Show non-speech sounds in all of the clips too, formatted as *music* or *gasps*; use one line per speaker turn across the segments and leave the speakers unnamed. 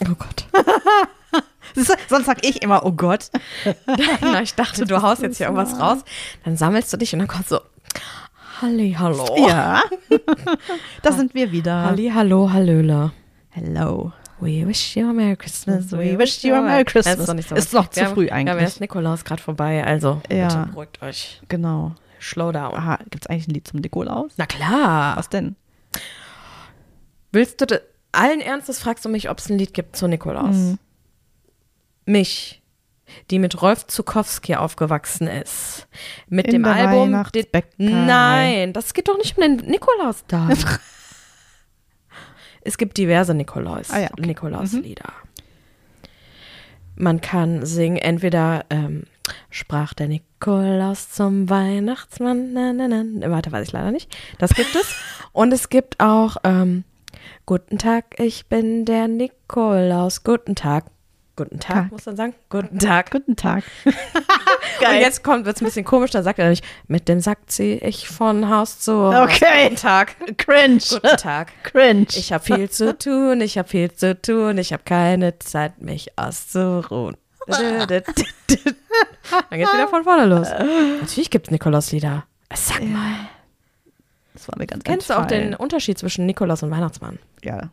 Oh Sonst sag ich immer, oh Gott.
*laughs* Na, ich dachte, du haust jetzt hier irgendwas raus. Dann sammelst du dich und dann kommt so, Halli, hallo.
Ja. *laughs* da sind wir wieder.
Oh. Ah. Halli, hallo, hallöle.
Hello.
We wish you a Merry Christmas.
We wish you a Merry Christmas.
Ist noch, nicht so
Ist noch zu
wir haben,
früh
Wir haben
eigentlich.
erst Nikolaus gerade vorbei, also
Ja.
bitte Oh. beruhigt euch.
Genau.
Slow down.
Aha, gibt's eigentlich ein Lied zum Nikolaus?
Na klar.
Was denn?
Willst du, da- allen Ernstes fragst du mich, ob es ein Lied gibt zu Nikolaus.
Mhm. Hm.
Mich, die mit Rolf Zukowski aufgewachsen ist. Mit
In
dem
der
Album.
Weihnachtsbäckerei.
Nein, das geht doch nicht um den Nikolaustag.
*laughs*
es gibt diverse Nikolaus,
Ah ja, okay.
Nikolauslieder. Man kann singen, entweder ähm, sprach der Nikolaus zum Weihnachtsmann. Na, na, na. Warte, weiß ich leider nicht. Das
*laughs*
gibt es. Und es gibt auch ähm, Guten Tag, ich bin der Nikolaus. Guten Tag. Guten Tag,
Tag.
muss man sagen. Guten Tag.
Guten
*laughs*
Tag.
Und jetzt kommt, wird es ein bisschen komisch, dann sagt er nämlich, mit dem Sack ziehe ich von Haus zu Haus.
Okay.
Guten Tag.
Cringe.
Guten Tag.
Cringe.
Ich habe viel zu tun, ich habe viel zu tun, ich habe keine Zeit, mich auszuruhen. Dö, dö, dö, dö. Dann geht's wieder von vorne los. Natürlich gibt's Nikolauslieder. Sag mal,
das war mir ganz
kennst du auch
entfallen.
den Unterschied zwischen Nikolaus und Weihnachtsmann?
Ja.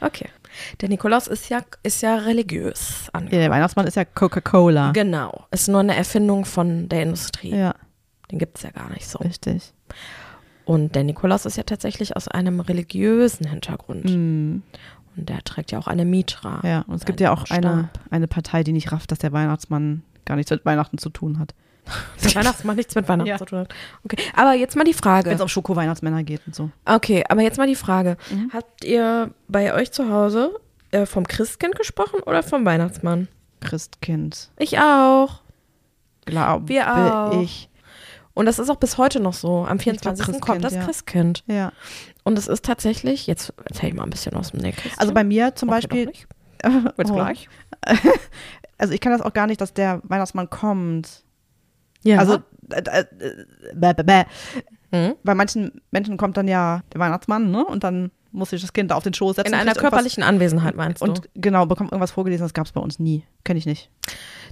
Okay. Der Nikolaus ist ja, ist ja religiös ange-
ja. Der Weihnachtsmann ist ja Coca-Cola.
Genau. Ist nur eine Erfindung von der Industrie.
Ja,
Den gibt's ja gar nicht so.
richtig.
Und der Nikolaus ist ja tatsächlich aus einem religiösen Hintergrund. Und der trägt ja auch eine
Mhm.
Mitra.
Hm.
*laughs*
Ja, und es gibt
Ein
ja auch eine,
Stab.
eine Partei, die nicht rafft, dass der Weihnachtsmann gar nichts mit Weihnachten zu tun hat. *laughs*
Dass Weihnachtsmann nichts mit Weihnachten
Ja.
zu tun hat. Okay, aber jetzt mal die
Wenn
Frage.
es um Schoko-Weihnachtsmänner geht und so.
Okay, aber jetzt mal die Frage.
Mhm.
Habt ihr bei euch zu Hause äh, vom Christkind gesprochen oder vom Weihnachtsmann?
Christkind.
Ich auch.
Glaube
Wir auch.
ich.
Und das ist auch bis heute noch so. Am
glaub,
24.
Christkind,
kommt das
ja.
Christkind.
Ja.
Und es ist tatsächlich, jetzt erzähl ich mal ein bisschen aus dem Nähkästchen.
Also bei mir zum
Macht ihr
Beispiel. Oh.
doch nicht.
*laughs*
Wird's gleich?
Also ich kann das auch gar nicht, dass der Weihnachtsmann kommt.
Ja.
Also äh, äh, bäh, bäh, bäh.
Mhm.
bei manchen Menschen kommt dann ja der Weihnachtsmann, ne? Und dann muss sich das Kind da auf den Schoß setzen.
in
und
einer
kriegt irgendwas-
körperlichen Anwesenheit meinst du?
Und genau, bekommt irgendwas vorgelesen, das gab es bei uns nie. Kenne ich nicht.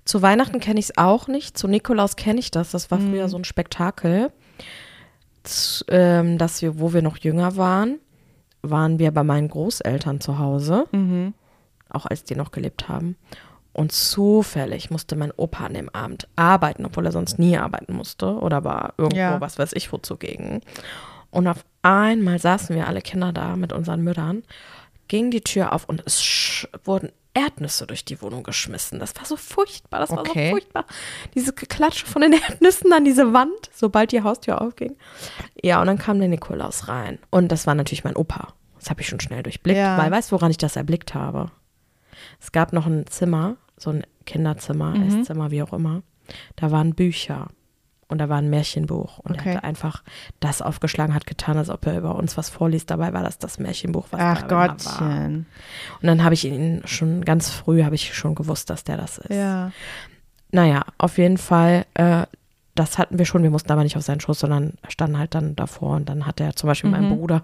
Zu Weihnachten kenne ich es auch nicht. Zu Nikolaus kenne ich das. Das war früher so ein Spektakel. Z, ähm, dass wir, wo wir noch jünger waren, waren wir bei meinen Großeltern zu Hause. Auch als die noch gelebt haben. Und zufällig musste mein Opa an dem Abend arbeiten, obwohl er sonst nie arbeiten musste oder war irgendwo,
Ja.
was weiß ich, wo zugegen. Und auf einmal saßen wir alle Kinder da mit unseren Müttern, ging die Tür auf und es sch- wurden Erdnüsse durch die Wohnung geschmissen. Das war so furchtbar, das war so
Okay.
furchtbar. Dieses Geklatsche von den *laughs* Erdnüssen an diese Wand, sobald die Haustür aufging. Ja, und dann kam der Nikolaus rein. Und das war natürlich mein Opa. Das habe ich schon schnell durchblickt,
Ja.
weil weißt du, woran ich das erblickt habe? Es gab noch ein Zimmer, so ein Kinderzimmer,
Mhm.
Esszimmer, wie auch immer. Da waren Bücher und da war ein Märchenbuch. Und
Okay.
er hatte einfach das aufgeschlagen, hat getan, als ob er über uns was vorliest. Dabei war das das Märchenbuch, was
Ach
da immer war.
Gottchen.
Und dann habe ich ihn schon ganz früh, habe ich schon gewusst, dass der das ist.
Ja.
Naja, auf jeden Fall, äh, das hatten wir schon. Wir mussten aber nicht auf seinen Schoß, sondern standen halt dann davor. Und dann hat er zum Beispiel
Mhm.
meinem Bruder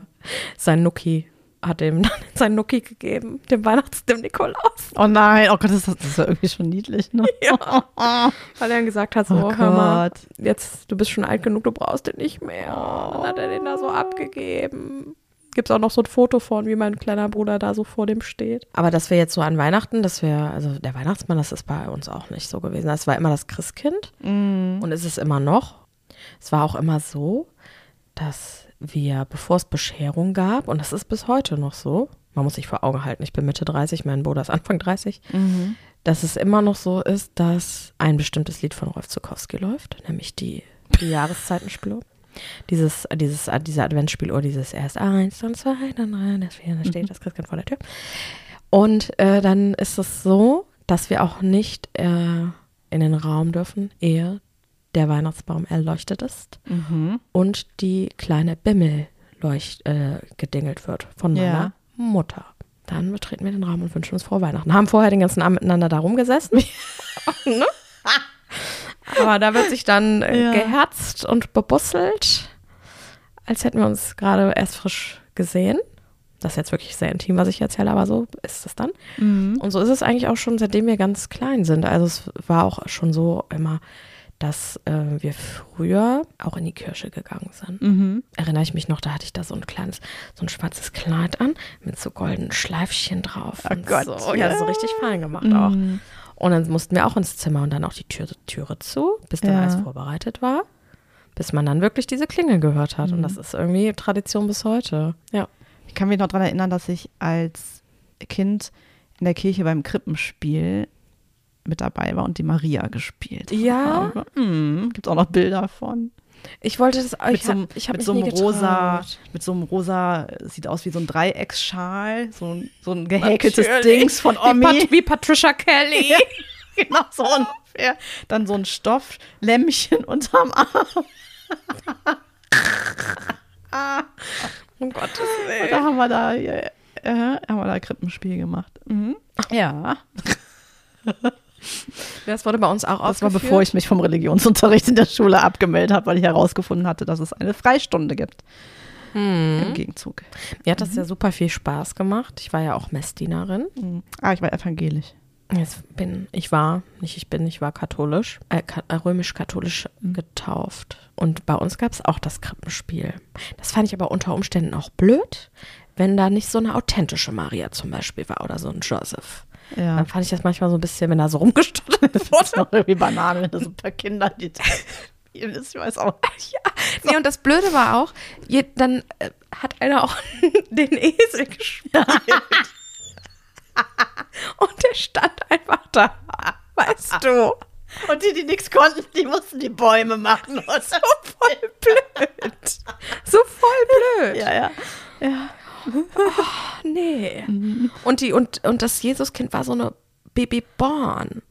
sein Nuki, hat ihm dann *laughs* sein Nuki gegeben, dem Weihnachts-, dem Nikolaus.
Oh nein, oh Gott, das, das ist ja irgendwie schon niedlich, ne?
*laughs*
*laughs*
Ja. Weil er dann gesagt hat, so,
Oh
hör mal,
Gott.
jetzt, du bist schon alt genug, du brauchst den nicht mehr. Und dann hat er den da so abgegeben. Gibt es auch noch so ein Foto von, wie mein kleiner Bruder da so vor dem steht. Aber dass wir jetzt so an Weihnachten, dass wir, also der Weihnachtsmann, das ist bei uns auch nicht so gewesen. Das war immer das Christkind und ist es immer noch. Es war auch immer so, dass wir, bevor es Bescherung gab, und das ist bis heute noch so, man muss sich vor Augen halten, ich bin Mitte 30, mein Bruder ist Anfang 30,
Mhm.
dass es immer noch so ist, dass ein bestimmtes Lied von Rolf Zukowski läuft, nämlich die, die Jahreszeitenspieluhr. Dieses, äh, dieses, diese Adventsspieluhr, dieses erst eins, dann zwei, dann drei, dann vier, dann steht das Christkind vor der Tür. Und äh, dann ist es so, dass wir auch nicht äh, in den Raum dürfen, ehe der Weihnachtsbaum erleuchtet ist und die kleine Bimmel leucht, äh, gedingelt wird von meiner
Ja.
Mutter. Dann betreten wir den Raum und wünschen uns frohe Weihnachten. Haben vorher den ganzen Abend miteinander da rumgesessen. ne? Aber da wird sich dann äh,
Ja.
geherzt und bebusselt, als hätten wir uns gerade erst frisch gesehen. Das ist jetzt wirklich sehr intim, was ich erzähle, aber so ist es dann.
Mhm.
Und so ist es eigentlich auch schon, seitdem wir ganz klein sind. Also es war auch schon so immer, dass äh, wir früher auch in die Kirche gegangen sind.
Mhm.
Erinnere ich mich noch, da hatte ich da so ein kleines, so ein schwarzes Kleid an mit so goldenen Schleifchen drauf.
Oh Gott,
so. Ja,
ja.
so richtig fein gemacht auch.
Mhm.
Und dann mussten wir auch ins Zimmer und dann auch die Tür, Türe zu, bis dann
Ja.
alles vorbereitet war. Bis man dann wirklich diese Klingel gehört
Mhm.
hat. Und das ist irgendwie Tradition bis heute. Ja.
Ich kann mich noch daran erinnern, dass ich als Kind in der Kirche beim Krippenspiel mit dabei war und die Maria gespielt
Ja.
habe. Mhm. Gibt auch noch Bilder von.
Ich wollte das
Mit
Oh, ich
so einem,
hab, ich hab
mit
mich
so einem
nie
rosa,
getraut.
mit so einem rosa, äh, sieht aus wie so ein Dreiecksschal, so ein, so ein gehäkeltes
Natürlich.
Dings von
Wie,
Omi. *laughs*
Pat wie Patricia Kelly.
Genau so ungefähr. Dann so ein Stofflämmchen *laughs* unterm Arm.
Um Gottes
Und
Willen.
da haben wir da, äh, äh, haben wir da Krippenspiel gemacht. Mhm. Ja.
Das wurde bei uns auch
Das war bevor ich mich vom Religionsunterricht in der Schule abgemeldet habe, weil ich herausgefunden hatte, dass es eine Freistunde gibt. Im Gegenzug.
Mir hat das ja super viel Spaß gemacht. Ich war ja auch Messdienerin.
Mhm. Ah, ich war evangelisch.
Jetzt bin, ich war, nicht ich bin, ich war katholisch, äh, ka- äh, römisch-katholisch getauft. Und bei uns gab es auch das Krippenspiel. Das fand ich aber unter Umständen auch blöd, wenn da nicht so eine authentische Maria zum Beispiel war oder so ein Joseph.
Ja.
Dann fand ich das manchmal so ein bisschen, wenn da
*laughs*
so rumgestottert wurde.
noch irgendwie Bananen, wenn das ein paar Kinder die *laughs* spielen ist. Ich weiß auch nicht.
Nee, und das Blöde war auch, je, dann äh, hat einer auch *laughs* den Esel gespielt. und der stand einfach da. Weißt du?
Und die, die nichts konnten, die mussten die Bäume machen. *laughs* Und so voll blöd.
So voll blöd.
Ja, ja.
Ach, nee. Und, die, und, und das Jesuskind war so eine Babyborn.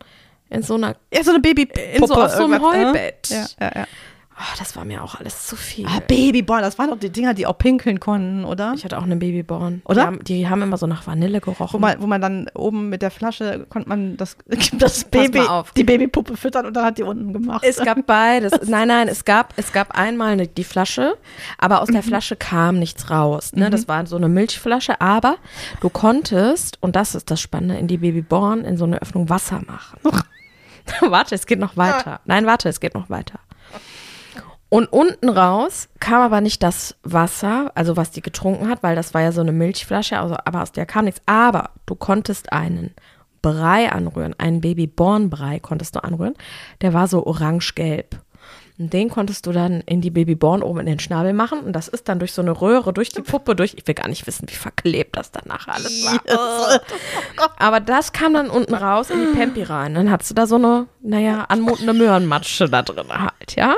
In so einer.
Ja, so eine Baby ne?
In so- auf so einem Heubett.
Ja, ja, ja.
Oh, das war mir auch alles zu viel.
Ah, Babyborn, das waren doch die Dinger, die auch pinkeln konnten, oder?
Ich hatte auch eine Babyborn.
Oder?
Die haben, die haben immer so nach Vanille gerochen.
Wo man, wo man dann oben mit der Flasche konnte man das, *laughs* das
mal
Baby,
auf.
die Babypuppe füttern und dann hat die unten gemacht. *laughs*
Es gab beides. Nein, nein, es gab, es gab einmal eine, die Flasche, aber aus der Flasche kam nichts raus. Ne? Das war so eine Milchflasche, aber du konntest, und das ist das Spannende, in die Babyborn in so eine Öffnung Wasser machen. *laughs* warte, es geht noch weiter. Nein, warte, es geht noch weiter. Und unten raus kam aber nicht das Wasser, also was die getrunken hat, weil das war ja so eine Milchflasche, also, aber aus der kam nichts. Aber du konntest einen Brei anrühren, einen Babyborn-Brei konntest du anrühren. Der war so orange-gelb. Und den konntest du dann in die Babyborn oben in den Schnabel machen. Und das ist dann durch so eine Röhre, durch die Puppe, durch. Ich will gar nicht wissen, wie verklebt das danach alles war. *laughs* Aber das kam dann unten raus in die Pampi rein. Dann hattest du da so eine, naja, anmutende Möhrenmatsche da drin halt, ja?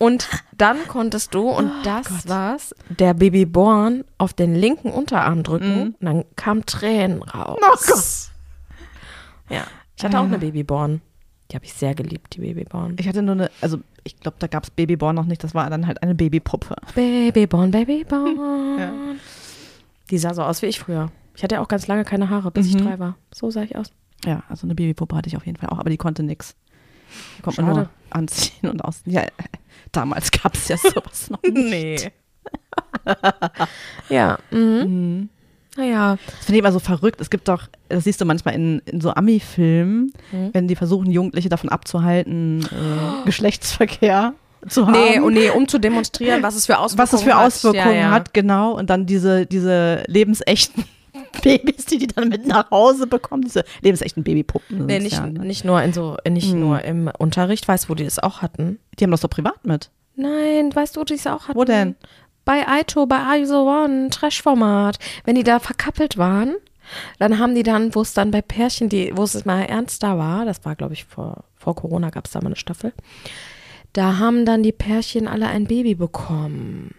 Und dann konntest du, und
Oh
das war's, der Babyborn auf den linken Unterarm
Mhm.
drücken und dann kamen Tränen raus.
Oh Gott.
Ja. Ich hatte auch eine Babyborn. Die habe ich sehr geliebt, die Babyborn.
Ich hatte nur eine, also ich glaube, da gab es Babyborn noch nicht, das war dann halt eine Babypuppe.
Babyborn, *laughs* Babyborn. Die sah so aus wie ich früher. Ich hatte ja auch ganz lange keine Haare, bis
Mhm.
ich drei war. So sah ich aus.
Ja, also eine Babypuppe hatte ich auf jeden Fall auch, aber die konnte nix. Die konnte man
Schade.
nur anziehen und ausziehen. Ja, *laughs* äh, damals gab es ja sowas *laughs* noch nicht.
Nee. *laughs* ja. Mhm. Naja.
Das finde ich immer so verrückt. Es gibt doch, das siehst du manchmal in, in so Ami-Filmen,
Mhm.
wenn die versuchen, Jugendliche davon abzuhalten,
*gasps*
äh, Geschlechtsverkehr zu haben.
Nee, und nee, um zu demonstrieren, was es für Auswirkungen
Ähm. was es für
hat.
Auswirkungen
ja, ja.
hat, genau. Und dann diese, diese lebensechten *laughs* Babys, die die dann mit nach Hause bekommen, diese lebensechten Babypuppen.
Nee,
sind's
nicht,
ja, ne?
nicht nur in so, nicht nur im Unterricht, weißt du, wo die das auch hatten?
Die haben das doch privat mit. *laughs*
Nein, weißt du, wo die es auch hatten?
Wo denn?
Bei Aito, bei ISO One, Trash-Format. Wenn die da verkappelt waren, dann haben die dann, wo es dann bei Pärchen, die, wo es mal ernster war, das war, glaube ich, vor, vor Corona gab es da mal eine Staffel, da haben dann die Pärchen alle ein Baby bekommen.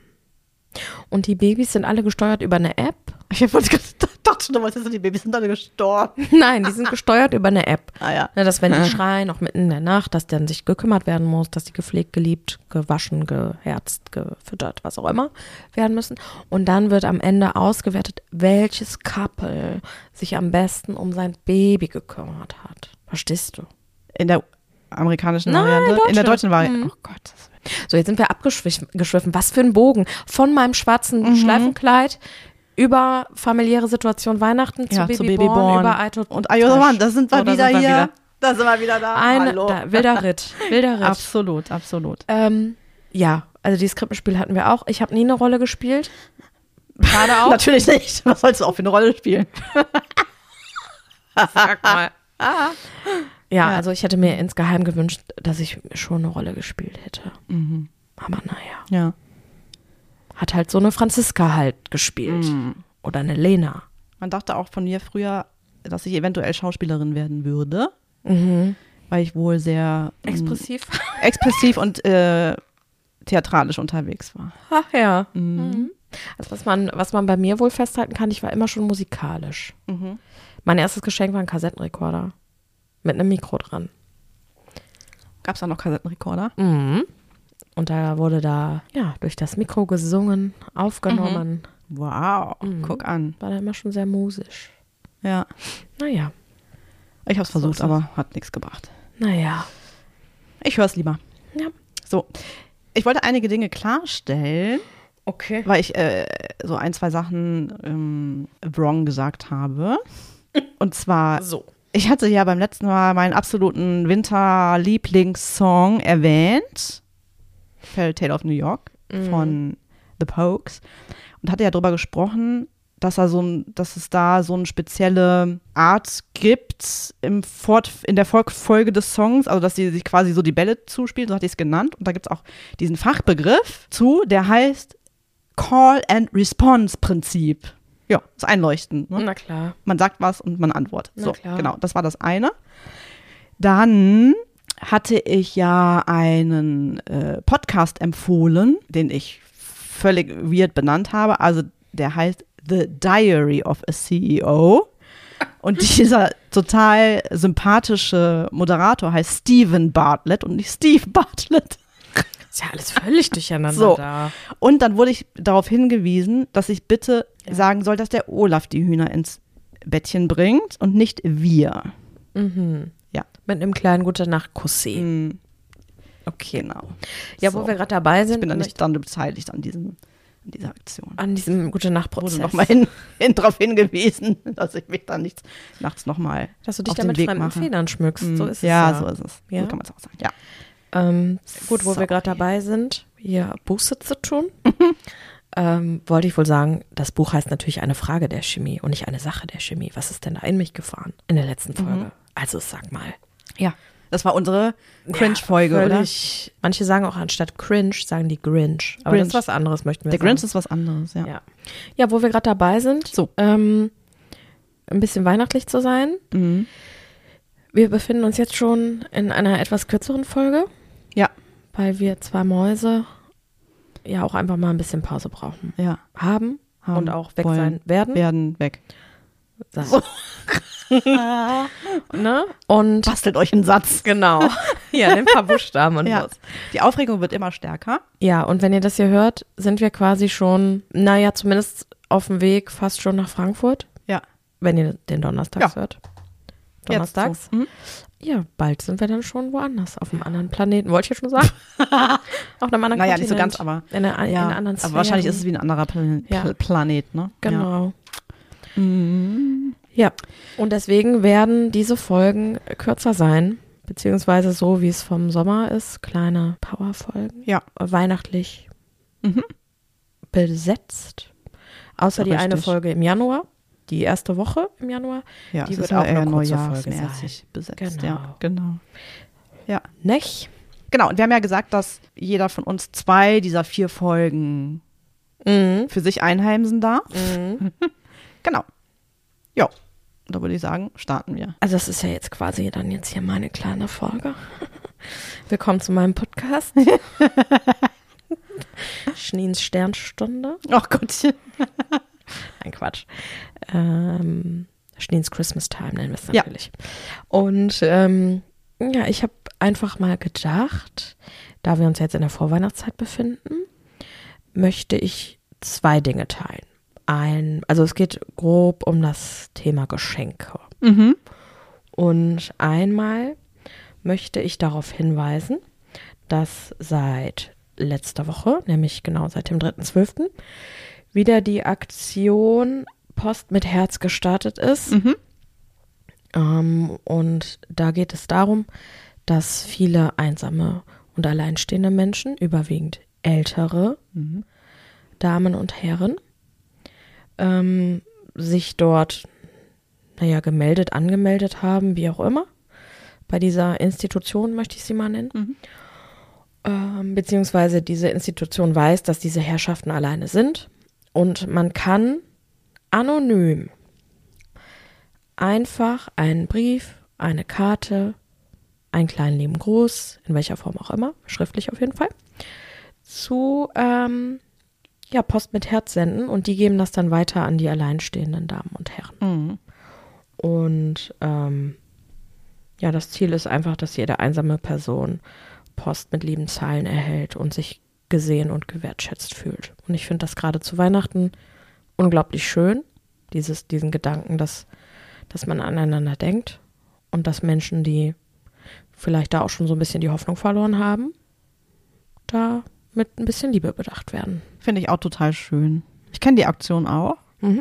Und die Babys sind alle gesteuert über eine App. *laughs*
Ich wollte gerade- dachte schon, was ist denn, die Babys sind alle gestorben.
Nein, die sind gesteuert über eine App.
Ah ja.
Ne, dass wenn die schreien, auch mitten in der Nacht, dass dann sich gekümmert werden muss, dass die gepflegt, geliebt, gewaschen, geherzt, gefüttert, was auch immer werden müssen. Und dann wird am Ende ausgewertet, welches Couple sich am besten um sein Baby gekümmert hat. Verstehst du?
In der amerikanischen
Nein, Mhm.
Variante? In der
deutsche.
deutschen Variante. Oh Gott. das- Mhm.
So, jetzt sind wir abgeschwiffen. geschwiffen. Was für ein Bogen. Von meinem schwarzen Schleifenkleid über familiäre Situation Weihnachten zu
Ja,
Babyborn,
zu Babyborn.
über Aito
Und ah, Ayosaman, das sind wir
So, da
wieder
sind wir
hier.
wieder.
Da sind wir wieder da.
Ein
Hallo.
da, wilder Ritt,
*laughs*
wilder Ritt.
Absolut, absolut.
Ähm, ja, also die Krippenspiel hatten wir auch. Ich habe nie eine Rolle gespielt.
*laughs*
Gerade auch.
Natürlich nicht. Was sollst du auch für eine Rolle spielen?
Sag mal. Ja, also ich hätte mir insgeheim gewünscht, dass ich schon eine Rolle gespielt hätte. Mhm. Aber naja.
Ja.
Hat halt so eine Franziska halt gespielt. Oder eine Lena.
Man dachte auch von mir früher, dass ich eventuell Schauspielerin werden würde, weil ich wohl sehr
Mhm.
ähm,
Expressiv. *laughs*
expressiv und äh, theatralisch unterwegs war.
Ach ja. Mhm. Also was man, was man bei mir wohl festhalten kann, ich war immer schon musikalisch. Mein erstes Geschenk war ein Kassettenrekorder. Mit einem Mikro dran.
Gab es da noch Kassettenrekorder?
Mhm. Und da wurde da, ja, durch das Mikro gesungen, aufgenommen.
Wow, guck an.
War da immer schon sehr musisch.
Mhm. Ja.
Naja,
Ich habe es versucht,
ist das.
aber hat nichts gebracht.
naja.
Ich höre es lieber.
Ja.
So. Ich wollte einige Dinge klarstellen,
Okay.
weil ich äh, so ein, zwei Sachen ähm, wrong gesagt habe. Und zwar
So.
Ich hatte ja beim letzten Mal meinen absoluten Winter-Lieblingssong erwähnt. Fairy Tale of New York von The Pokes. Und hatte ja darüber gesprochen, dass, er so ein, dass es da so eine spezielle Art gibt im Fort, in der Fol- Folge des Songs, also dass sie sich quasi so die Bälle zuspielen, so hatte ich es genannt. Und da gibt es auch diesen Fachbegriff zu, der heißt Call and Response Prinzip. Ja, ist einleuchtend. Ne?
Na klar.
man sagt was und man antwortet.
Na
so,
klar.
genau, das war das eine. Dann hatte ich ja einen äh, Podcast empfohlen, den ich völlig weird benannt habe. Also der heißt The Diary of a CEO. Und dieser total sympathische Moderator heißt Steven Bartlett und nicht Steve Bartlett.
Ist ja alles *laughs* völlig durcheinander
So.
da.
Und dann wurde ich darauf hingewiesen, dass ich bitte sagen soll, dass der Olaf die Hühner ins Bettchen bringt und nicht wir.
Mit einem kleinen Gute Nacht Kussi. Okay.
Genau.
Ja,
So.
wo wir gerade dabei sind,
ich bin da nicht dran beteiligt an diesem an dieser Aktion.
an diesem Gute
Ich
Nacht Prozess.
wurde nochmal hin, *laughs* hin darauf hingewiesen, dass ich mich da nicht nachts nochmal
dass du dich
auf
damit
den Weg
fremden
mache.
Federn schmückst. So ist
ja,
es.
so ist es.
Mhm. Ja.
So kann man es auch sagen. Ja.
Ähm, gut, wo
Sorry.
wir gerade dabei sind, hier Buße zu *laughs* tun, ähm, wollte ich wohl sagen, das Buch heißt natürlich eine Frage der Chemie und nicht eine Sache der Chemie. Was ist denn da in mich gefahren in der letzten Folge? Also sag mal.
Ja. Das war unsere Cringe-Folge, oder?
Völlig. Manche sagen auch anstatt Cringe, sagen die Grinch. Aber das
Grinch.
ist was anderes, möchten wir
Der
sagen.
Grinch ist was anderes, ja.
Ja. ja, wo wir gerade dabei sind,
So.
ähm, ein bisschen weihnachtlich zu sein.
Mhm.
Wir befinden uns jetzt schon in einer etwas kürzeren Folge.
Ja.
Weil wir zwei Mäuse ja auch einfach mal ein bisschen Pause brauchen.
Ja.
Haben,
Haben,
und auch weg
wollen,
sein werden.
Werden weg.
Sein. ne?
*laughs*
Und
Bastelt euch einen Satz.
genau. *laughs* Ja, ein paar Buchstaben und
Ja.
los.
Die Aufregung wird immer stärker.
Ja, und wenn ihr das hier hört, sind wir quasi schon, naja, zumindest auf dem Weg fast schon nach Frankfurt,
Ja.
wenn ihr den Donnerstags
Ja.
hört.
Jetzt
Donnerstags.
So. Mhm.
Ja, bald sind wir dann schon woanders, auf einem anderen Planeten, wollte ich
*laughs*
ja schon sagen. auf einem anderen
Naja,
Kontinent.
nicht so ganz, aber.
in einer, in einer anderen
aber wahrscheinlich
Sphäre.
ist es wie ein anderer Plan
Ja.
Pl- Planet, ne? Ja. Mhm.
Genau. Ja, und deswegen werden diese Folgen kürzer sein, beziehungsweise so, wie es vom Sommer ist, kleine Powerfolgen,
Ja. Mhm.
äh, weihnachtlich besetzt. Außer die eine
Richtig.
Folge im Januar, die erste Woche im Januar.
Ja,
Die
es
wird
ist immer
auch eine
eher
kurze
neujahrsmäßig besetzt.
Genau.
Ja, genau.
Nicht?
Genau, und wir haben ja gesagt, dass jeder von uns zwei dieser vier Folgen
Mhm.
für sich einheimsen darf.
Mhm.
Genau. Ja, Und da würde ich sagen, starten wir.
Also das ist ja jetzt quasi dann jetzt hier meine kleine Folge. *laughs* Willkommen zu
*laughs*
meinem Podcast. Schneens Sternstunde.
Ach Gottchen.
Ein Quatsch. Ähm, Schneens Christmas Time nennen wir es
Ja.
natürlich. Und ähm, ja, ich habe einfach mal gedacht, da wir uns jetzt in der Vorweihnachtszeit befinden, möchte ich zwei Dinge teilen. Ein, also es geht grob um das Thema Geschenke.
*laughs* Mhm.
Und einmal möchte ich darauf hinweisen, dass seit letzter Woche, nämlich genau seit dem 3.12., wieder die Aktion Post mit Herz gestartet ist.
Mhm.
Ähm, und da geht es darum, dass viele einsame und alleinstehende Menschen, überwiegend ältere
Mhm.
Damen und Herren, ähm, sich dort, naja, gemeldet, angemeldet haben, wie auch immer. Bei dieser Institution möchte ich sie mal nennen.
Mhm.
Ähm, beziehungsweise diese Institution weiß, dass diese Herrschaften alleine sind. Und man kann anonym einfach einen Brief, eine Karte, einen kleinen lieben Gruß, in welcher Form auch immer, schriftlich auf jeden Fall, zu ähm, ja, Post mit Herz senden und die geben das dann weiter an die alleinstehenden Damen und Herren.
Mhm.
Und ähm, ja, das Ziel ist einfach, dass jede einsame Person Post mit lieben Zeilen erhält und sich gesehen und gewertschätzt fühlt. Und ich finde das gerade zu Weihnachten unglaublich schön, dieses, diesen Gedanken, dass, dass man aneinander denkt und dass Menschen, die vielleicht da auch schon so ein bisschen die Hoffnung verloren haben, da mit ein bisschen Liebe bedacht werden.
Finde ich auch total schön. Ich kenne die Aktion auch.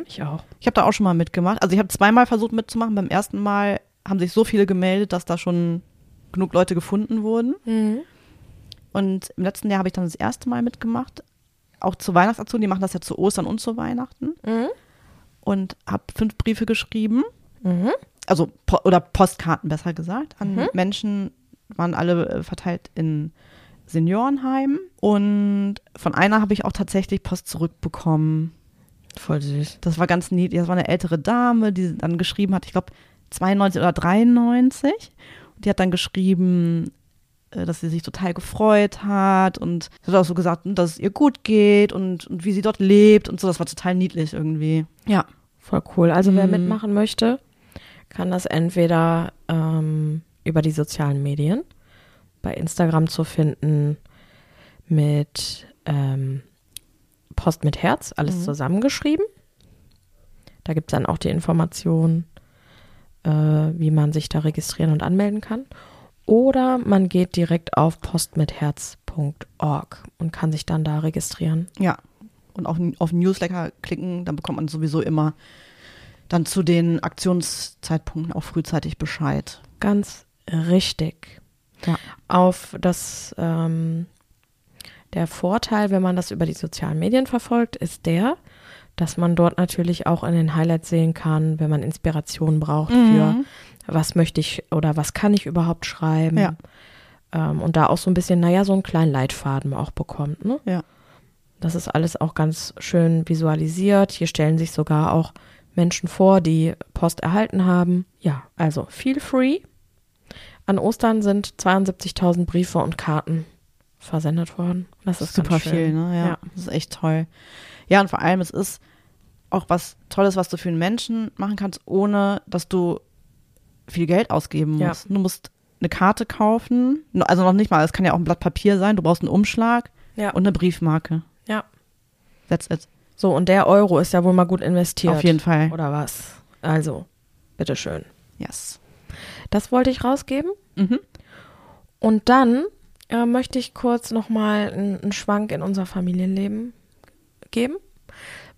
Ich auch.
Ich habe da auch schon mal mitgemacht. Also ich habe zweimal versucht mitzumachen. Beim ersten Mal haben sich so viele gemeldet, dass da schon genug Leute gefunden wurden. Und im letzten Jahr habe ich dann das erste Mal mitgemacht. Auch zur Weihnachtsaktion. Die machen das ja zu Ostern und zu Weihnachten. Und habe fünf Briefe geschrieben.
Mhm.
Also po oder Postkarten besser gesagt. An Menschen waren alle äh, verteilt in Seniorenheimen. Und von einer habe ich auch tatsächlich Post zurückbekommen.
Voll süß.
Das war ganz niedlich. Das war eine ältere Dame, die dann geschrieben hat, ich glaube 92 oder 93. Und die hat dann geschrieben, äh, dass sie sich total gefreut hat und sie hat auch so gesagt, hm, dass es ihr gut geht und, und wie sie dort lebt und so. Das war total niedlich irgendwie. Ja.
Voll cool. Also wer
Mhm.
mitmachen möchte, kann das entweder ähm, über die sozialen Medien, bei Instagram zu finden mit ähm, Post mit Herz, alles zusammengeschrieben. Da gibt es dann auch die Informationen, äh, wie man sich da registrieren und anmelden kann. Oder man geht direkt auf postmitherz.org und kann sich dann da registrieren.
Ja. Und auch auf Newsletter klicken, dann bekommt man sowieso immer dann zu den Aktionszeitpunkten auch frühzeitig Bescheid.
Ganz richtig.
Ja.
Auf das, ähm, der Vorteil, wenn man das über die sozialen Medien verfolgt, ist der, dass man dort natürlich auch in den Highlights sehen kann, wenn man Inspiration braucht
Mhm.
für, was möchte ich oder was kann ich überhaupt schreiben.
Ja.
Ähm, und da auch so ein bisschen, naja, so einen kleinen Leitfaden auch bekommt. Ne?
Ja.
Das ist alles auch ganz schön visualisiert. Hier stellen sich sogar auch Menschen vor, die Post erhalten haben. Ja, also feel free. An Ostern sind 72.000 Briefe und Karten versendet worden. Das ist
super
ganz schön.
viel, ne? Ja,
Ja.
Das ist echt toll. Ja, und vor allem, es ist auch was Tolles, was du für einen Menschen machen kannst, ohne dass du viel Geld ausgeben
Ja.
musst. Du musst eine Karte kaufen, No- also noch nicht mal, es kann ja auch ein Blatt Papier sein, du brauchst einen Umschlag
Ja.
und eine Briefmarke.
Ja.
That's it.
So, und der Euro ist ja wohl mal gut investiert.
Auf jeden Fall.
Oder was? Also, bitteschön.
Yes.
Das wollte ich rausgeben.
Mhm.
Und dann äh, möchte ich kurz nochmal einen einen Schwank in unser Familienleben geben,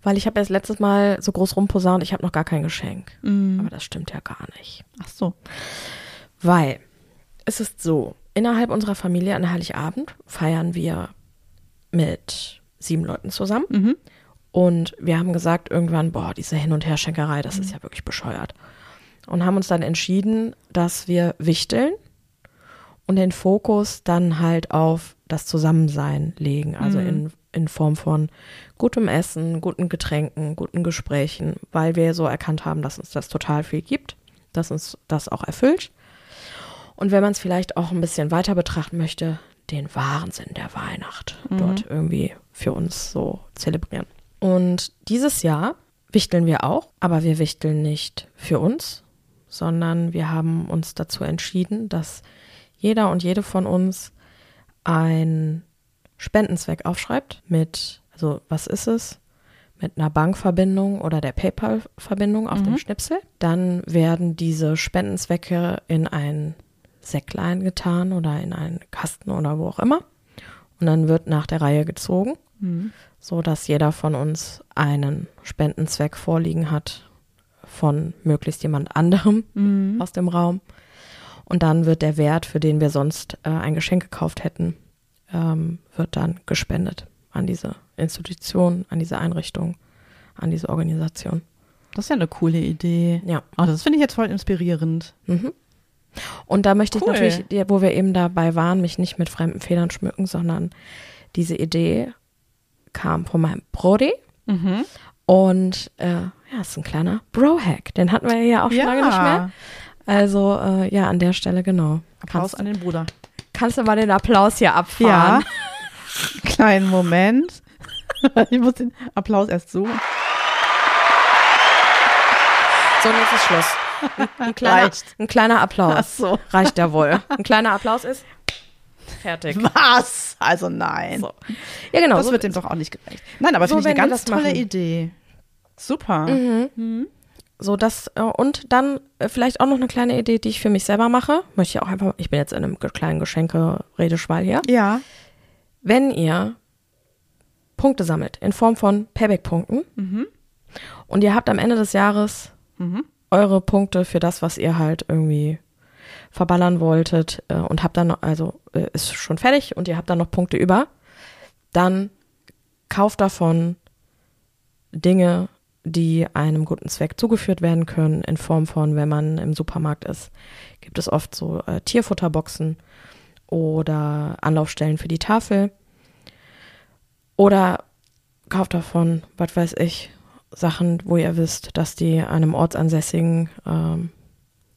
weil ich habe erst letztes Mal so groß rumposaunt, ich habe noch gar kein Geschenk.
Mhm.
Aber das stimmt ja gar nicht.
Ach so.
Weil es ist so, innerhalb unserer Familie an Heiligabend feiern wir mit sieben Leuten zusammen.
Mhm.
Und wir haben gesagt irgendwann, boah, diese Hin- und Herschenkerei, das ist ja wirklich bescheuert. Und haben uns dann entschieden, dass wir wichteln und den Fokus dann halt auf das Zusammensein legen. Also in, in Form von gutem Essen, guten Getränken, guten Gesprächen, weil wir so erkannt haben, dass uns das total viel gibt, dass uns das auch erfüllt. Und wenn man es vielleicht auch ein bisschen weiter betrachten möchte, den wahren Sinn der Weihnacht dort irgendwie für uns so zelebrieren. Und dieses Jahr wichteln wir auch, aber wir wichteln nicht für uns, sondern wir haben uns dazu entschieden, dass jeder und jede von uns einen Spendenzweck aufschreibt mit, also was ist es? Mit einer Bankverbindung oder der PayPal-Verbindung auf dem Schnipsel. Dann werden diese Spendenzwecke in ein Säcklein getan oder in einen Kasten oder wo auch immer. Und dann wird nach der Reihe gezogen
Mhm.
so dass jeder von uns einen Spendenzweck vorliegen hat von möglichst jemand anderem Mhm.
Mhm.
aus dem Raum. Und dann wird der Wert, für den wir sonst äh, ein Geschenk gekauft hätten, ähm, wird dann gespendet an diese Institution, an diese Einrichtung, an diese Organisation.
Das ist ja eine coole Idee.
Ja.
Oh, das finde ich jetzt voll inspirierend.
Und da möchte ich
Cool.
natürlich, ja, wo wir eben dabei waren, mich nicht mit fremden Federn schmücken, sondern diese Idee kam von meinem Brody. Und äh, ja, ist ein kleiner Bro-Hack. Den hatten wir ja auch schon lange nicht mehr. Also äh, ja, an der Stelle genau.
Applaus
Kannst,
an den Bruder.
kannst du mal den Applaus hier abfahren?
Ja. *laughs* Kleinen
*laughs*
Moment. Ich muss den Applaus erst suchen.
So, nun ist es Schluss. Ein, ein, kleiner,
Reicht.
ein kleiner
Ach
Applaus.
so.
Reicht ja *laughs* wohl. Ein kleiner Applaus ist fertig.
Was? Also nein.
So. Ja, genau.
das
so-
wird dem doch auch nicht gerecht. Nein, aber
So
finde ich eine
werden wir
ganz
das machen. Mhm.
tolle Idee. Super.
So, das, äh, und dann äh, vielleicht auch noch eine kleine Idee, die ich für mich selber mache. Möchte ich auch einfach, ich bin jetzt in einem ge- kleinen Geschenke-Redeschwall hier.
Ja.
Wenn ihr Punkte sammelt in Form von Payback-Punkten und ihr habt am Ende des Jahres eure Punkte für das, was ihr halt irgendwie verballern wolltet äh, und habt dann, noch- also äh, ist schon fertig und ihr habt dann noch Punkte über, dann kauft davon Dinge, die einem guten Zweck zugeführt werden können, in Form von, wenn man im Supermarkt ist, gibt es oft so äh, Tierfutterboxen oder Anlaufstellen für die Tafel. Oder kauft davon, was weiß ich, Sachen, wo ihr wisst, dass die einem ortsansässigen ähm,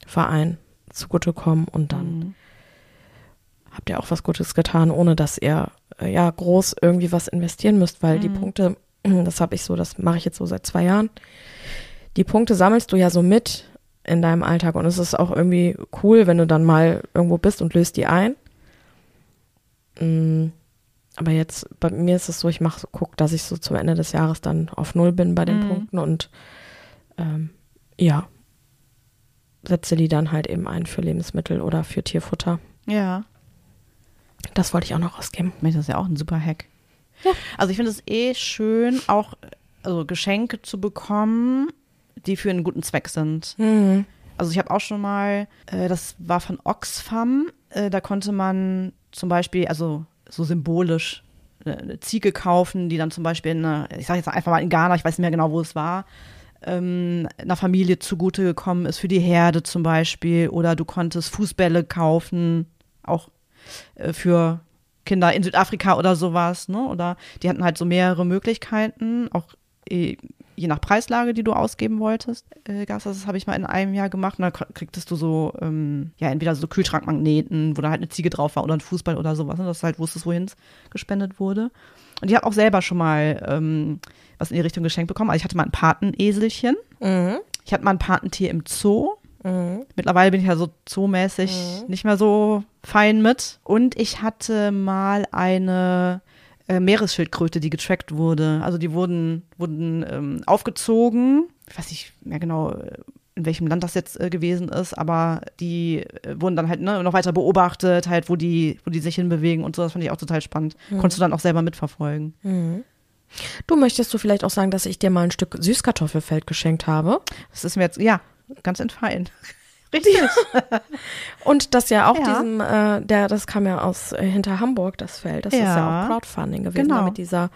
Verein zugutekommen und dann habt ihr auch was Gutes getan, ohne dass ihr äh, ja groß irgendwie was investieren müsst, weil die Punkte, *clears throat* das habe ich so, das mache ich jetzt so seit zwei Jahren. Die Punkte sammelst du ja so mit in deinem Alltag und es ist auch irgendwie cool, wenn du dann mal irgendwo bist und löst die ein. Mm, Aber jetzt bei mir ist es so, ich mache so, guck, dass ich so zum Ende des Jahres dann auf Null bin bei den Punkten und ähm, ja setze die dann halt eben ein für Lebensmittel oder für Tierfutter.
Ja.
Das wollte ich auch noch rausgeben.
Mensch, das ist ja auch ein super Hack. Also ich finde es eh schön, auch also Geschenke zu bekommen, die für einen guten Zweck sind.
Mhm.
Also ich habe auch schon mal, äh, das war von Oxfam, äh, da konnte man zum Beispiel, also so symbolisch eine, eine Ziege kaufen, die dann zum Beispiel, in einer, ich sage jetzt einfach mal in Ghana, ich weiß nicht mehr genau, wo es war, ähm, einer Familie zugute gekommen ist, für die Herde zum Beispiel. Oder du konntest Fußbälle kaufen, auch äh, für Kinder in Südafrika oder sowas. Ne? Oder die hatten halt so mehrere Möglichkeiten, auch eh, je nach Preislage, die du ausgeben wolltest. Äh, gab's das das habe ich mal in einem Jahr gemacht. Und da k- kriegtest du so, ähm, ja, entweder so Kühlschrankmagneten, wo da halt eine Ziege drauf war oder ein Fußball oder sowas. Und dass du halt wusstest, wohin es gespendet wurde. Und ich habe auch selber schon mal ähm, was in die Richtung geschenkt bekommen. Also ich hatte mal ein Pateneselchen. Ich hatte mal ein Patentier im Zoo. Mittlerweile bin ich ja so zoomäßig nicht mehr so fein mit. Und ich hatte mal eine äh, Meeresschildkröte, die getrackt wurde. Also die wurden, wurden ähm, aufgezogen. Ich weiß nicht mehr genau, äh, in welchem Land das jetzt äh, gewesen ist, aber die äh, wurden dann halt ne, noch weiter beobachtet, halt, wo die, wo die sich hinbewegen und so. Das fand ich auch total spannend. Konntest du dann auch selber mitverfolgen.
Mhm. Du möchtest du vielleicht auch sagen, dass ich dir mal ein Stück Süßkartoffelfeld geschenkt habe
Das ist mir jetzt, ja, ganz entfallen. *laughs* Richtig.
und das ja auch
Ja.
diesem, äh, der das kam ja aus äh, hinter Hamburg das Feld, das ist ja
Ja.
auch Crowdfunding gewesen,
Genau.
damit dieser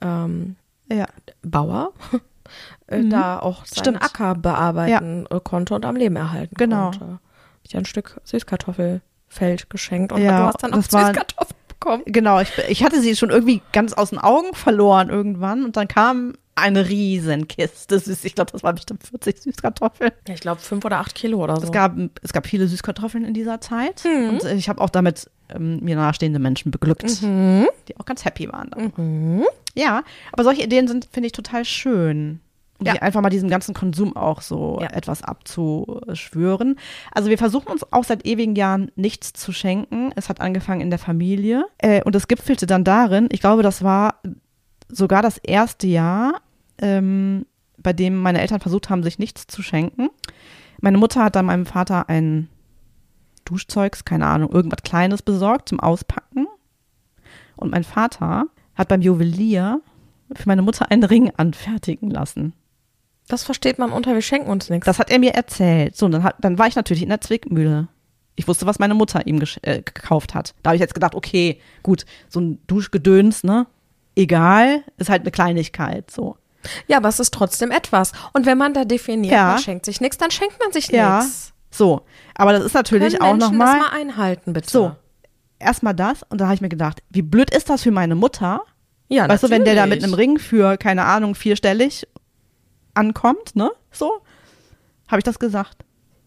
ähm,
ja.
Bauer *laughs* äh, da auch seinen
Mhm. Stimmt.
Acker bearbeiten äh, konnte und am Leben erhalten
Genau.
konnte. Genau. Ich dir ein Stück Süßkartoffelfeld geschenkt und
Ja,
du hast dann auch
das war-
Süßkartoffeln bekommen.
Genau, ich, ich hatte sie schon irgendwie ganz aus den Augen verloren irgendwann und dann kam eine Riesenkiste süß. Ich glaube, das waren bestimmt 40 Süßkartoffeln.
Ja, Ich glaube fünf oder acht Kilo oder so.
Es gab, es gab viele Süßkartoffeln in dieser Zeit und ich habe auch damit ähm, mir nahestehende Menschen beglückt,
Mhm.
die auch ganz happy waren. darüber. Ja, aber solche Ideen sind, finde ich, total schön. Um
Ja.
die einfach mal diesem ganzen Konsum auch so
Ja.
etwas abzuschwören. Also wir versuchen uns auch seit ewigen Jahren nichts zu schenken. Es hat angefangen in der Familie äh, und es gipfelte dann darin, ich glaube, das war sogar das erste Jahr, ähm, bei dem meine Eltern versucht haben, sich nichts zu schenken. Meine Mutter hat dann meinem Vater ein Duschzeugs, keine Ahnung, irgendwas Kleines besorgt zum Auspacken. Und mein Vater hat beim Juwelier für meine Mutter einen Ring anfertigen lassen.
Das versteht man unter, wir schenken uns nichts.
Das hat er mir erzählt. So, und dann, hat, dann war ich natürlich in der Zwickmühle. Ich wusste, was meine Mutter ihm gesch- äh, gekauft hat. Da habe ich jetzt gedacht, okay, gut, so ein Duschgedöns, ne? Egal, ist halt eine Kleinigkeit, so.
Ja, aber es ist trotzdem etwas. Und wenn man da definiert,
Ja.
man schenkt sich nichts, dann schenkt man sich
Ja.
nichts.
So, aber das ist natürlich
Können
auch
Menschen
nochmal.
das mal einhalten, bitte.
So, erstmal das und da habe ich mir gedacht, wie blöd ist das für meine Mutter?
Ja,
weißt du, wenn der da mit
natürlich.
einem Ring für, keine Ahnung, vierstellig ankommt, ne? So, habe ich das gesagt.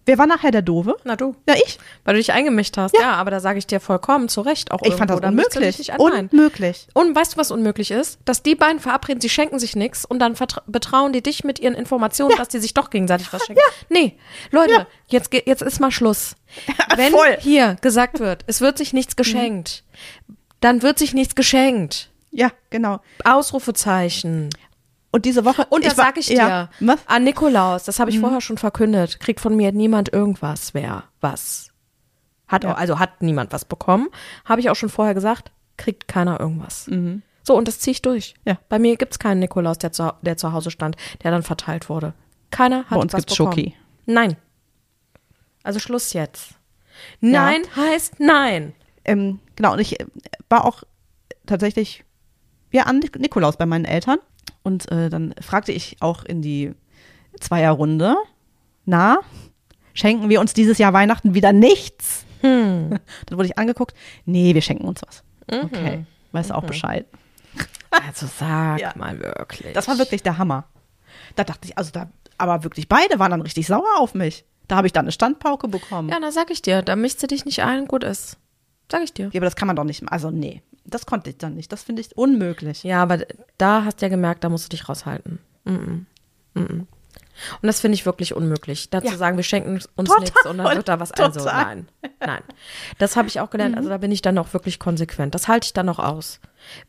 Wer war nachher der Dove?
Na du,
Ja, ich.
weil du dich eingemischt hast. Ja, aber da sage ich dir vollkommen zu Recht auch
Ich fand
irgendwo,
das
da misst du dich
unmöglich.
Nicht anleihen.
Unmöglich.
Und weißt du, was unmöglich ist? Dass die beiden verabreden, sie schenken sich nichts und dann vertra- betrauen die dich mit ihren Informationen, dass die sich doch gegenseitig was schenken. Nee, Leute,
Ja.
jetzt, ge- jetzt ist
*laughs*
mal Schluss. Wenn
Voll. Mhm.
hier gesagt wird, es wird sich nichts geschenkt, dann wird sich nichts geschenkt.
Ja, genau.
Ausrufezeichen.
Und diese Woche.
Und das
war-
sage ich dir,
ja, Was? Mhm.
an Nikolaus, das habe ich vorher schon verkündet, kriegt von mir niemand irgendwas, wer was. Hat auch, also hat niemand was bekommen, habe ich auch schon vorher gesagt, kriegt keiner irgendwas. So, und das ziehe ich durch.
Mhm. Ja.
Bei mir gibt es keinen Nikolaus, der zu, der zu Hause stand, der dann verteilt wurde. Keiner hat
Bei uns
was
gibt's
bekommen.
Schoki.
Nein. Also Schluss jetzt. Nein heißt nein.
Ähm, genau, und ich äh, war auch tatsächlich ja an Nik- Nikolaus bei meinen Eltern. Und äh, dann fragte ich auch in die Zweierrunde, na, schenken wir uns dieses Jahr Weihnachten wieder nichts? *laughs* Dann wurde ich angeguckt, nee, wir schenken uns was. Okay, weißt du auch Bescheid.
Also sag
*laughs* Ja.
mal wirklich.
Das war wirklich der Hammer. Da dachte ich, also da, aber wirklich beide waren dann richtig sauer auf mich. Da habe ich dann eine Standpauke bekommen.
Ja, na sag ich dir, da mischst du dich nicht ein, gut ist. Sag ich dir.
ja aber das kann man doch nicht, also nee, das konnte ich dann nicht. Das finde ich unmöglich.
Ja, aber da hast du ja gemerkt, da musst du dich raushalten. Mm -mm. Mm -mm. Und das finde ich wirklich unmöglich. Dazu
Ja.
sagen, wir schenken uns
Total.
nichts und dann wird da was ein. So,
Total. Mhm.
nein, nein. Das habe ich auch gelernt. Also da bin ich dann auch wirklich konsequent. Das halte ich dann auch aus.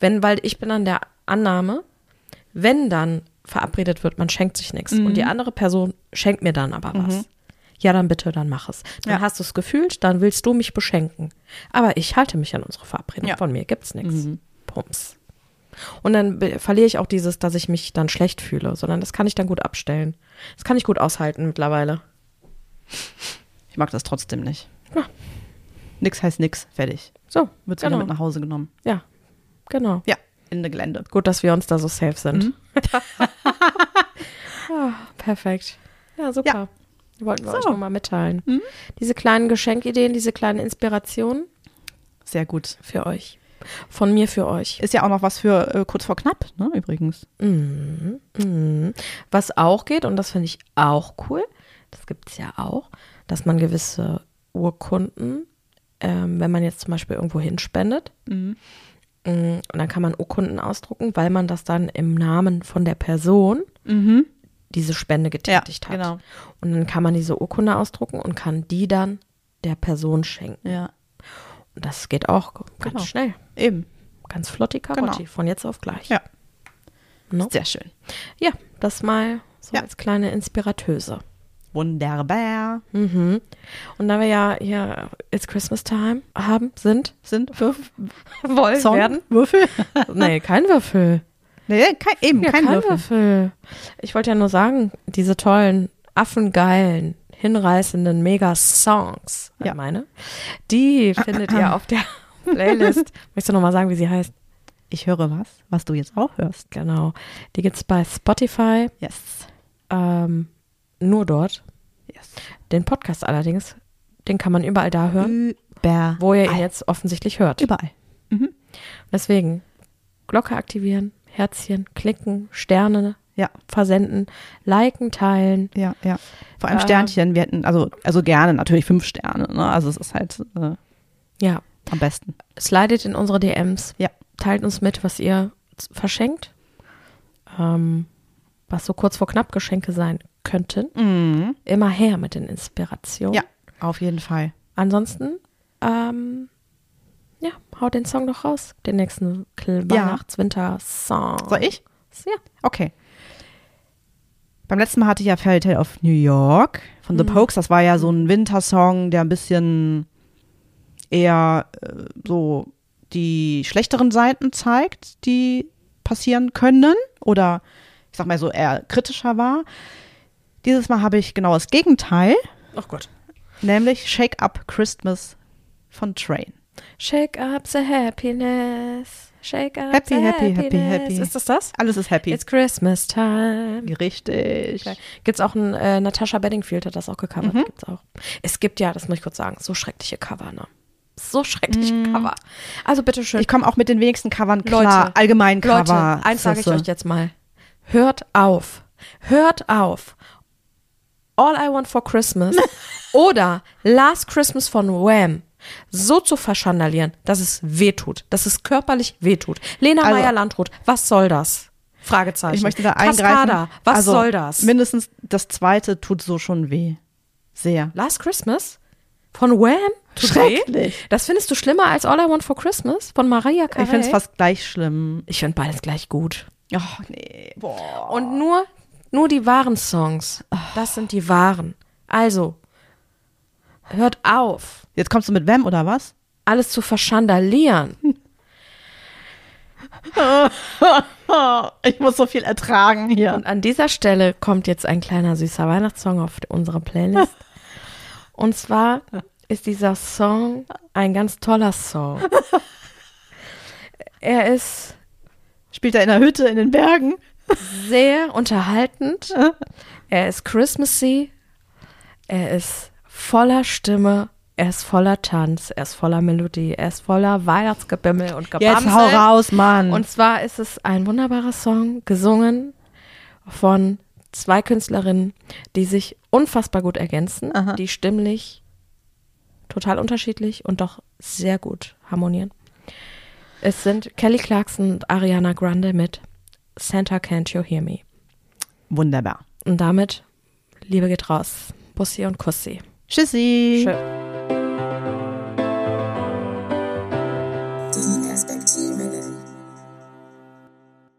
Wenn, weil ich bin an der Annahme, wenn dann verabredet wird, man schenkt sich nichts und
Mhm.
die andere Person schenkt mir dann aber was. Ja, dann bitte, dann mach es. Dann
Ja.
hast du es gefühlt, dann willst du mich beschenken. Aber ich halte mich an unsere Verabredung.
Ja. Mhm.
Von mir gibt's nichts. Pumps. Und dann be- verliere ich auch dieses, dass ich mich dann schlecht fühle, sondern das kann ich dann gut abstellen. Das kann ich gut aushalten mittlerweile.
Ich mag das trotzdem nicht.
Ja.
Nix heißt nix, fertig.
So,
Wird
genau.
wieder mit nach Hause genommen.
Ja, genau.
Ja, Ende Gelände.
Gut, dass wir uns da so safe sind. Mhm. *laughs* Ah, perfekt. Ja, Mhm. super. Wollten wir
So.
euch nur mal mitteilen. Diese kleinen Geschenkideen, diese kleinen Inspirationen
Sehr gut.
für euch. Von mir für euch.
Ist ja auch noch was für äh, kurz vor knapp, ne, übrigens.
Mhm. Was auch geht, und das finde ich auch cool, das gibt es ja auch, dass man gewisse Urkunden, ähm, wenn man jetzt zum Beispiel irgendwo hinspendet,
Mhm.
mh, und dann kann man Urkunden ausdrucken, weil man das dann im Namen von der Person
Mhm.
diese Spende getätigt hat.
genau.
Und dann kann man diese Urkunde ausdrucken und kann die dann der Person schenken.
Ja.
Und das geht auch ganz
Genau.
schnell,
Eben.
ganz flotti karotti,
Genau.
von jetzt auf gleich.
Ja.
Ne?
Sehr schön.
Ja, das mal so
Ja.
als kleine Inspiratöse.
Wunderbar.
Mhm. Und da wir ja hier It's Christmas Time haben, sind,
Sind Würf
wollen,
Song?
werden.
Würfel?
Nee, kein Würfel.
nee, kein, eben,
Ja,
kein, Würfel.
Ich wollte ja nur sagen, diese tollen, affengeilen, hinreißenden Mega-Songs,
Ja.
ja. meine, die
*clears throat*
findet ihr auf der Playlist. Möchtest du nochmal sagen, wie sie heißt?
Ich höre was, was du jetzt auch hörst.
Genau. Die gibt's bei Spotify,
Yes.
ähm, nur dort.
yes.
Den Podcast allerdings, den kann man überall da hören,
Überall.
wo ihr ihn jetzt offensichtlich hört.
Überall.
Deswegen Glocke aktivieren, Herzchen, klicken, Sterne
Ja.
versenden, liken, teilen.
Ja, ja. Ah. Vor allem
Ähm.
Sternchen, wir hätten, also, also gerne natürlich fünf Sterne, ne? Also es ist halt äh,
Ja,
am besten.
slidet in unsere DMs.
Ja.
Teilt uns mit, was ihr z- verschenkt. Ähm, was so kurz vor knapp Geschenke sein könnten.
Mhm.
Immer her mit den Inspirationen.
Ja, auf jeden Fall.
Ansonsten, ähm, ja, haut den Song noch raus. Den nächsten Kl-
Ja.
Weihnachts-Winter-Song.
Soll ich?
Ja.
Okay. Beim letzten Mal hatte ich ja Fairy Tale of New York von The Pokes. Das war ja so ein Wintersong, der ein bisschen eher äh, so die schlechteren Seiten zeigt, die passieren können oder ich sag mal so eher kritischer war. Dieses Mal habe ich genau das Gegenteil,
Ach Gott.
nämlich Shake Up Christmas von Train.
Shake up the happiness. Shake up
Happy,
the
happy, happy,
happiness.
happy.
Ist das das?
Alles ist happy.
It's Christmas time.
Richtig.
Okay. Gibt's auch ein äh, Natasha Bedingfield hat das auch gecovert.
Mhm.
Gibt's auch. Es gibt ja, das muss ich kurz sagen, so schreckliche Cover, ne? So schreckliche Cover. Also bitteschön.
Mhm. Ich komme auch mit den wenigsten Covern
Leute,
klar. Allgemein
Leute,
Cover.
eins sage ich
Sisse.
euch jetzt mal. Hört auf. Hört auf. All I Want for
*laughs*
Christmas oder Last Christmas von Wham so zu verschandalieren, dass es wehtut, dass es körperlich wehtut. Lena
Also-
Meyer-Landrut, was soll das? Fragezeichen.
Ich möchte da eingreifen.
Cascada, was
also,
soll das?
Mindestens das zweite tut so schon weh. Sehr.
Last Christmas von Wham? Tut
Schrecklich.
weh? Das findest du schlimmer als All I Want for Christmas von Mariah Carey?
Ich finde es fast gleich schlimm.
Ich finde beides gleich gut.
Ach, nee. Boah.
Und nur, nur die wahren Songs. Das sind die wahren. Also, hört auf,
Jetzt kommst du mit Wem oder
*laughs*
was?
alles zu verschandalieren.
Ich muss so viel ertragen hier.
Und an dieser Stelle kommt jetzt ein kleiner süßer Weihnachtssong auf
*laughs*
unsere Playlist. Und zwar ist dieser Song ein ganz toller Song.
*laughs*
Er ist
Spielt er in der Hütte in den Bergen?
sehr unterhaltend. Er ist Christmassy. Er ist voller Stimme. Er ist voller Tanz. Er ist voller Melodie. Er ist voller Weihnachtsgebimmel und
Jetzt
Gebamsel.
hau raus, Mann.
Und zwar ist es ein wunderbarer Song, gesungen von zwei Künstlerinnen, die sich unfassbar gut ergänzen,
Aha.
die stimmlich total unterschiedlich und doch sehr gut harmonieren. Es sind Kelly Clarkson und Ariana Grande mit Santa Can't You Hear Me.
Wunderbar.
Und damit, Liebe geht raus. Bussi und Kussi.
Tschüssi.
Schön.